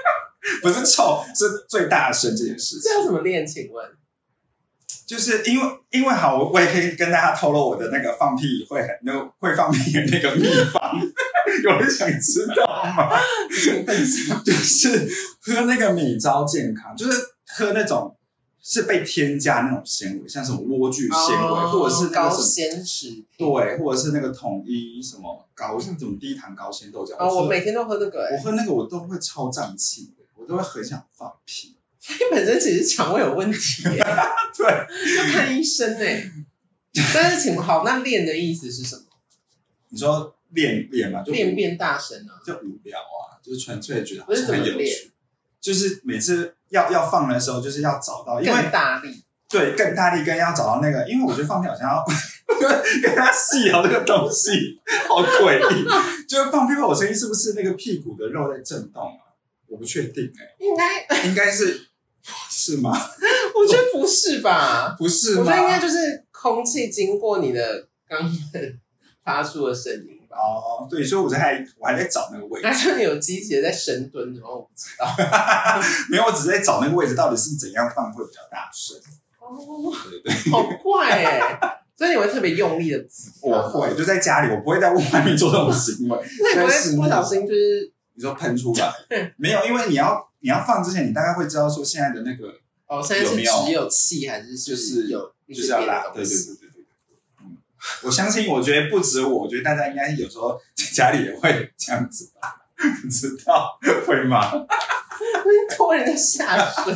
*laughs* 不是臭，是最大声这件事情这。要怎么练？请问？就是因为因为好，我也可以跟大家透露我的那个放屁会很那个会放屁的那个秘方， *laughs* 有人想知道吗？请分享。就是喝那个米糟健康，就是喝那种是被添加那种纤维，像什么莴苣纤维，哦或者是那高个什么纤食品。对，或者是那个统一什么高像什么低糖高纤豆浆。哦，我喝每天都喝那个、我欸，喝那个我都会超胀气的，我都会很想放屁。 *laughs* 你本身其实肠胃有问题、欸，对， *laughs* 要看医生哎、但是请问好，那练的意思是什么？你说练练嘛，就练变大神啊？就无聊啊，就是纯粹觉得好不是像很怎么有练趣。就是每次要要放的时候，就是要找到，因为更大力，对，更大力，更要找到那个，因为我觉得放屁好像要 *laughs* 跟他细聊这个东西，好诡异。就是放屁后，我声音是不是那个屁股的肉在震动啊？我不确定哎、应该应该是是吗？我觉得不是吧？不是吗？我觉得应该就是空气经过你的肛门发出的声音吧。哦，对，所以我在我还在找那个位置，那就你有积极的在深蹲，然后我不知道。没有，我只是在找那个位置到底是怎样放会比较大声。哦，对对，好怪哎、所以你会特别用力的挤。我会就在家里，我不会在外面做这种行为。那你不在室会内不小心就是你说喷出 *laughs* 来？没有，因为你要你要放之前，你大概会知道说现在的那个哦，现在有是没有只有气还是就是有一就是些别要的拉，东对对西？对对对。嗯，我相信，我觉得不止我，我觉得大家应该有时候在家里也会这样子吧？不知道会吗？ *laughs* 拖人家下水，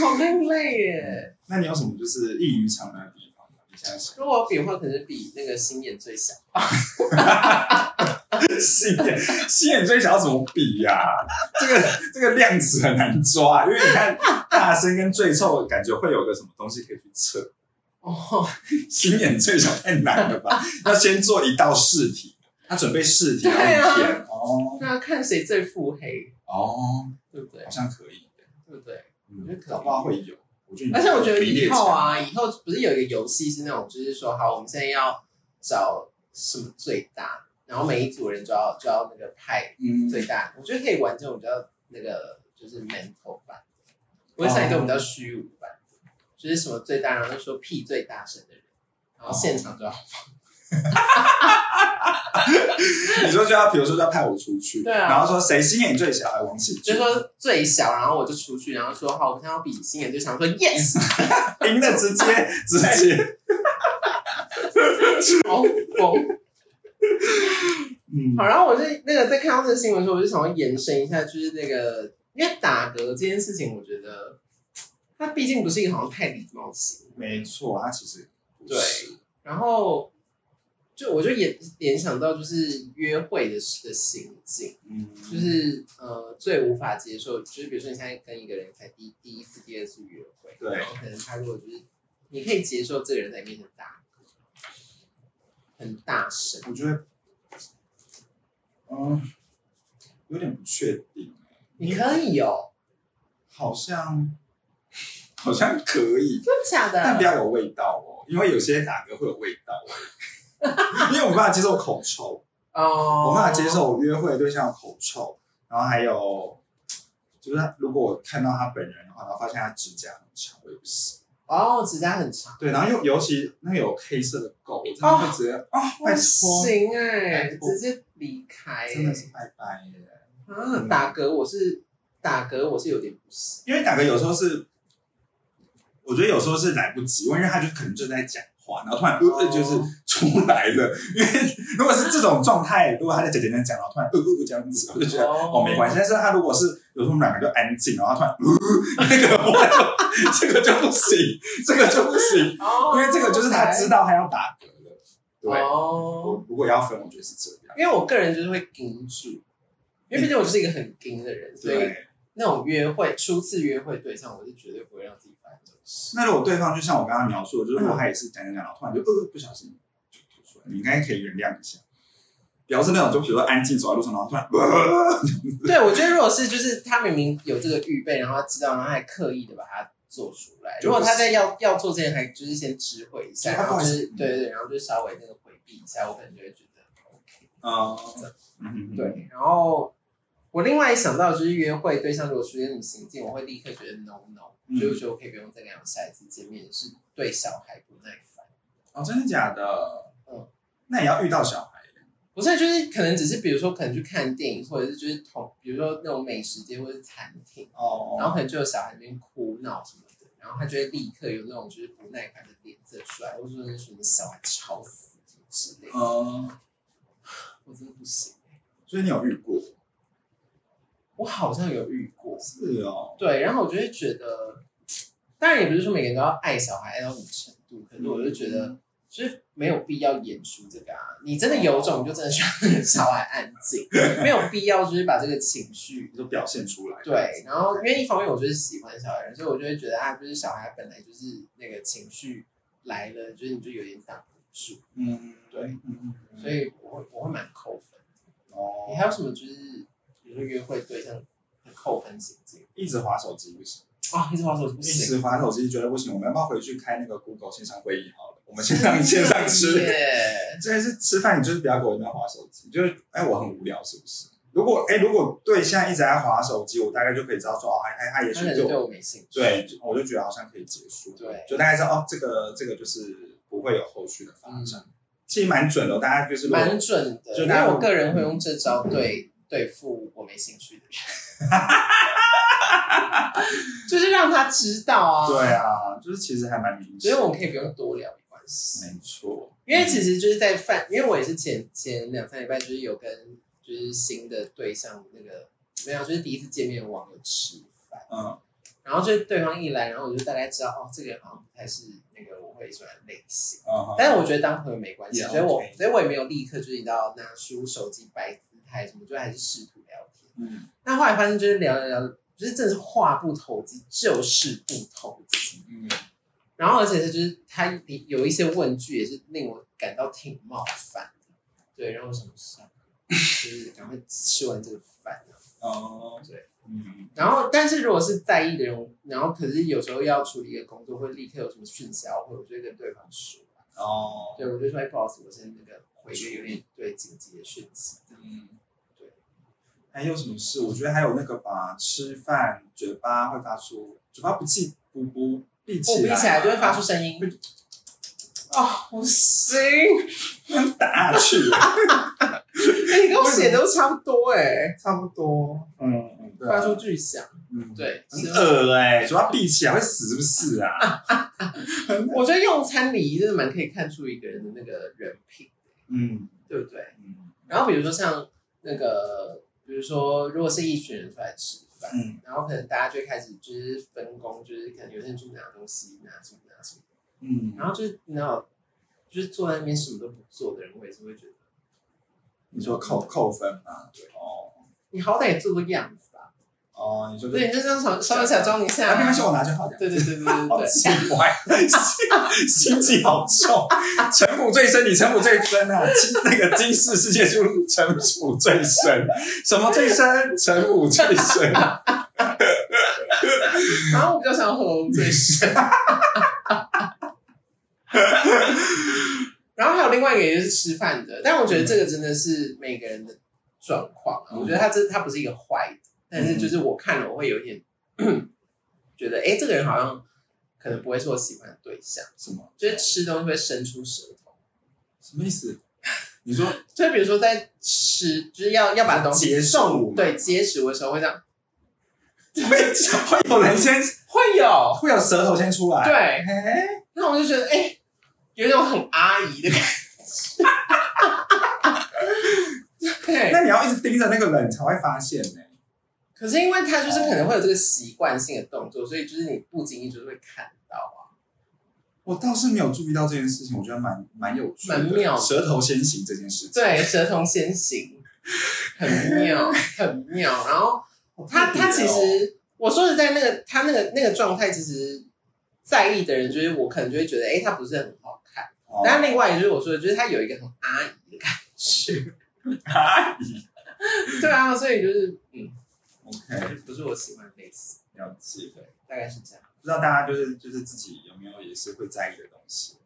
好另类耶。那你有什么就是异于常人的地方吗？你想想，如果我比的话，可能是比那个心眼最小。心眼心眼最小要怎么比呀、这个这个量词很难抓，因为你看大声跟最臭，感觉会有个什么东西可以去测。哦，心眼最小太难了 *laughs* 吧？要先做一道试题，他准备试题要一对天、啊哦那看谁最腹黑，哦，对不对好？像可以。对不对？嗯我觉得可以搞不好会有。我觉得你而且我觉得比列以后强，啊，以后不是有一个游戏是那种，就是说，好，我们现在要找什么最大，然后每一组人就要就要那个派嗯，最大。我觉得可以玩这种比较那个就是 mental 版，我想一个比较虚无版，就是什么最大，然后就说屁最大声的人，然后现场就要你说就要，比如说就要派我出去，对啊然后说谁心眼最小，还王启就俊是说最小，然后我就出去，然后说好，我现在要比心眼最强，说 yes，赢的直接直接，好疯。嗯好，然后我就那个在看到这个新闻的时候，我就想要延伸一下，就是那个因为打嗝这件事情，我觉得它毕竟不是一个好像太礼貌型，没错，他其实不是然后就我就联联想到就是约会的时的行径。嗯，就是呃最无法接受，就是比如说你现在跟一个人才第第一次、第二次约会，对然后可能他如果就是你可以接受这个人在你面前打嗝，很大声，我觉得，嗯，有点不确定，你可以哦，好像好像可以，真的假但不的？要有味道哦，因为有些打嗝会有味道，啊 *laughs* 因为我没办法接受口臭。哦，我无法接，受我约会的对象有口臭，然后还有就是他如果我看到他本人的话，然后发现他指甲很长，我也不行。哦，指甲很长，对，然后又尤其那个有黑色的垢，我真的会直接啊，拜哦不托，行哎、拜托直接离开、真的欸，是拜拜耶。啊，打嗝我是打嗝我是有点不行，因为打嗝有时候是，我觉得有时候是来不及，因为他就可能正在讲话，然后突然呃呃就是出来了。因为如果是这种状态，如果他在简简单讲，然后突然呃呃呃这样子，我就觉得哦哦，没关系。但是他如果是有时候我们两个就安静，然后他突然，呃、那个我就 *laughs* 这个就不行，这个就不行，哦因为这个就是他知道他要打嗝了。对，哦我如果要分，我觉得是这样。因为我个人就是会盯住，因为毕竟我就是一个很盯的人，所以对，那种约会初次约会对象，我是绝对不会让自己发生这种 *laughs* 事。那如果对方就像我刚刚描述的，就是如果嗯他也是讲讲讲，然后突然就呃不小心就吐出来，你应该可以原谅一下。表示那种，就比如说安静走在路上，然后突然，呃、对，我觉得如果是就是他明明有这个预备，然后他知道，然后还刻意的把它做出来。就如不果他在要要做之前，还就是先知会一下，对他然后不好就意是思对对，然后就稍微那个回避一下，我可能就会觉得 OK。嗯，嗯，嗯，对，然后我另外一想到就是约会对象如果出现什么行径，我会立刻觉得 no no，、嗯就是觉得我可以不用再跟他们下一次见面，是对小孩不耐烦。哦，真的假的？嗯，那也要遇到小孩不是，就是可能只是比如说可能去看电影，或者是就是同比如说那种美食街或者是餐厅，哦然后可能就有小孩在那边哭闹什么的，然后他就会立刻有那种就是不耐烦的脸色出来，或者说是什么小孩吵死什么之类的，嗯，我真的不行。所以你有遇过？我好像有遇过，是哦，对，然后我就会觉得，当然也不是说每个人都要爱小孩爱到什么程度，可是我就觉嗯得，就是没有必要演出这个啊。你真的有种，你就真的去让 *laughs* 小孩安静，没有必要就是把这个情绪。你就表现出来。对，然后因为一方面我就是喜欢小孩，所以我就会觉得啊，就是小孩本来就是那个情绪来了，就是你就有点挡不住，嗯，对嗯，嗯，嗯所以我会我会蛮扣分。哦，你还有什么就是比如说约会对象的扣分行径一直划手机不行，啊？一直玩手机不一行。直划手机觉得不行，我们要不要回去开那个 Google 线上会议好了？我们线上线上 *laughs* 吃，耶这是吃饭，你就是不要给我那边划手机，就是哎，我很无聊是不是？如果哎，如果对象一直在划手机，我大概就可以知道说，哦，哎，他也许他可能就对我没兴趣。对，就我就觉得好像可以结束，对就大概知道哦，这个这个就是不会有后续的发展，嗯，其实蛮准的哦，大家就是如果蛮准的。就嗯因大家为我个人会用这招对对付我没 *laughs* 兴趣的人，就是让他知道啊。对，啊，就是其实还蛮明显所以，我们可以不用多聊，没关系。没错，因为其实就是在饭，因为我也是前前两三礼拜就是有跟就是新的对象那个没有，就是第一次见面的网友吃饭。嗯然后就是对方一来，然后我就大概知道，哦，这个人好像不太是那个我会喜欢的类型。嗯，但是我觉得当朋友没关系，也所以我 OK 所以我也没有立刻就是你知道拿出手机摆姿态什么，就还是试图聊天。嗯那后来发现就是聊聊聊，就是真的是话不投机，就是不投机。嗯，然后而且就是他有一些问句也是令我感到挺冒犯的，对，然后我想说，就是赶快吃完这个饭啊。哦，对，嗯，然后，但是如果是在意的人，然后可是有时候要处理一个工作，会立刻有什么讯息要回，我就会跟对方说。啊哦，对，我就说，哎，不好意思，我现在那个回一个有点对紧急的讯息。嗯，对。还有什么事？我觉得还有那个吧，吃饭嘴巴会发出，嘴巴不闭不不闭我起闭来，起来就会发出声音。 *laughs* 哦，不行， *laughs* 打下去，啊 *laughs* 哎 *laughs* 你跟我写的都差不多哎、差不多，嗯嗯，对啊发出巨响。嗯，对，很是恶哎、嘴巴闭起来会死是不是啊？我觉得用餐礼仪真的蛮可以看出一个人的那个人品，嗯对不对？嗯然后比如说像那个，比如说如果是一群人出来吃饭，嗯然后可能大家就会开始就是分工，就是可能有些人去拿东西，拿什么拿什么。嗯，然后就是你知道，就是坐在那边什么都不做的人，我也是会觉得，你说扣扣分嘛？对哦你好歹也做个样子吧。哦，你说对，你就这样稍稍微假装一下、啊，没关系，我拿就好。对对对对对好对。奇怪，心心机好重，城府最深，你城府最深啊！金那个金氏世界就城府最深，什么最深？城府最深。然后我比较想喉咙最深。然后还有另外一个也是吃饭的，但我觉得这个真的是每个人的状况、啊。嗯我觉得他这他不是一个坏的，但是就是我看了我会有点觉得，哎，这个人好像可能不会是我喜欢的对象，什么？就是吃东西会伸出舌头。什么意思？你说就比如说在吃，就是要要把东西接受送对接食物的时候会这样，会会有人先会有会有舌头先出来？对，哎，那我就觉得哎、有一种很阿姨的感觉。 *laughs* 对，那你要一直盯着那个人才会发现呢。可是因为他就是可能会有这个习惯性的动作，所以就是你不经意就是会看到啊。我倒是没有注意到这件事情，我觉得蛮蛮有趣的，蛮妙的舌头先行这件事情，对，舌头先行，很妙，很妙。然后他他其实，我说实在，那个他那个那个状态，其实在意的人就是我，可能就会觉得，哎、他不是很好看。哦，但另外一个就是我说的，就是他有一个很阿姨的感觉。 *laughs* 阿姨对啊，所以就是嗯， ，OK，不是我喜欢的类型。了解，对，大概是这样。不知道大家就是就是自己有没有也是会在意的东西，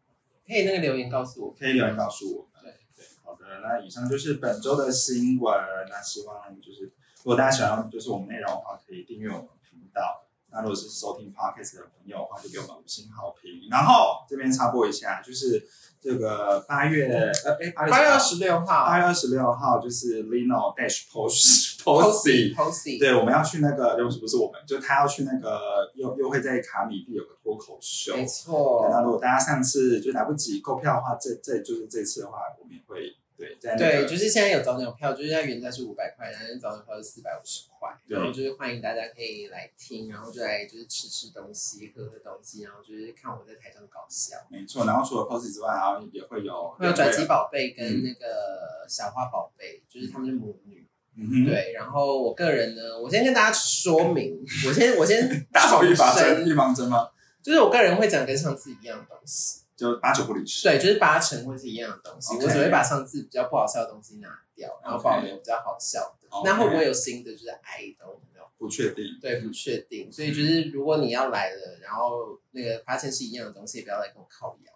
可以那个留言告诉我。可以留言告诉我们。对对，好的，那以上就是本周的新闻。那希望就是如果大家喜欢就是我们内容的话，可以订阅我们频道。那如果是收听 podcast 的朋友的话，就给我们五星好评。然后这边插播一下，就是这个八月呃哎八月八月二十六号八月二十六号就是 Lino Dash Post Posy *laughs* Posy，对，我们要去那个，就是不是我们，就他要去那个，又又会在卡米蒂有个脱口秀。没对错那，如果大家上次就来不及购票的话，这这就是这次的话，我们也会对在那对，个就是现在有早鸟票，就是它原价是五百块，然后早鸟票是四百五十块，对然后就是欢迎大家可以来听，然后就来就是吃吃东西，喝喝东西，然后就是看我在台上搞笑。没错。然后除了 pose 之外，然后也会有会有转机，宝贝嗯跟那个小花宝贝，就是他们是母女。啊嗯哼，对，然后我个人呢，我先跟大家说明，我先 *laughs* 我先打好预防针，声，预防针吗？就是我个人会讲跟上次一样的东西，就八九不离十。对，就是八成会是一样的东西 OK 我只会把上次比较不好笑的东西拿掉，然后保留比较好笑的。 OK 那会不会有新的？就是矮的，我没有，不确定。对，不确定。所以就是嗯如果你要来了，然后那个发现是一样的东西，也不要来跟我靠腰。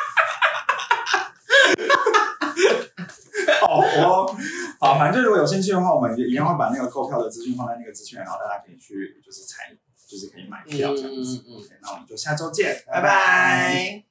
*laughs* 好哦，好，反正就如果有兴趣的话，我们也一样会把那个购票的资讯放在那个资讯栏，然后大家可以去就是采，就是可以买票这样子。嗯嗯嗯 OK，那我们就下周见，拜拜拜拜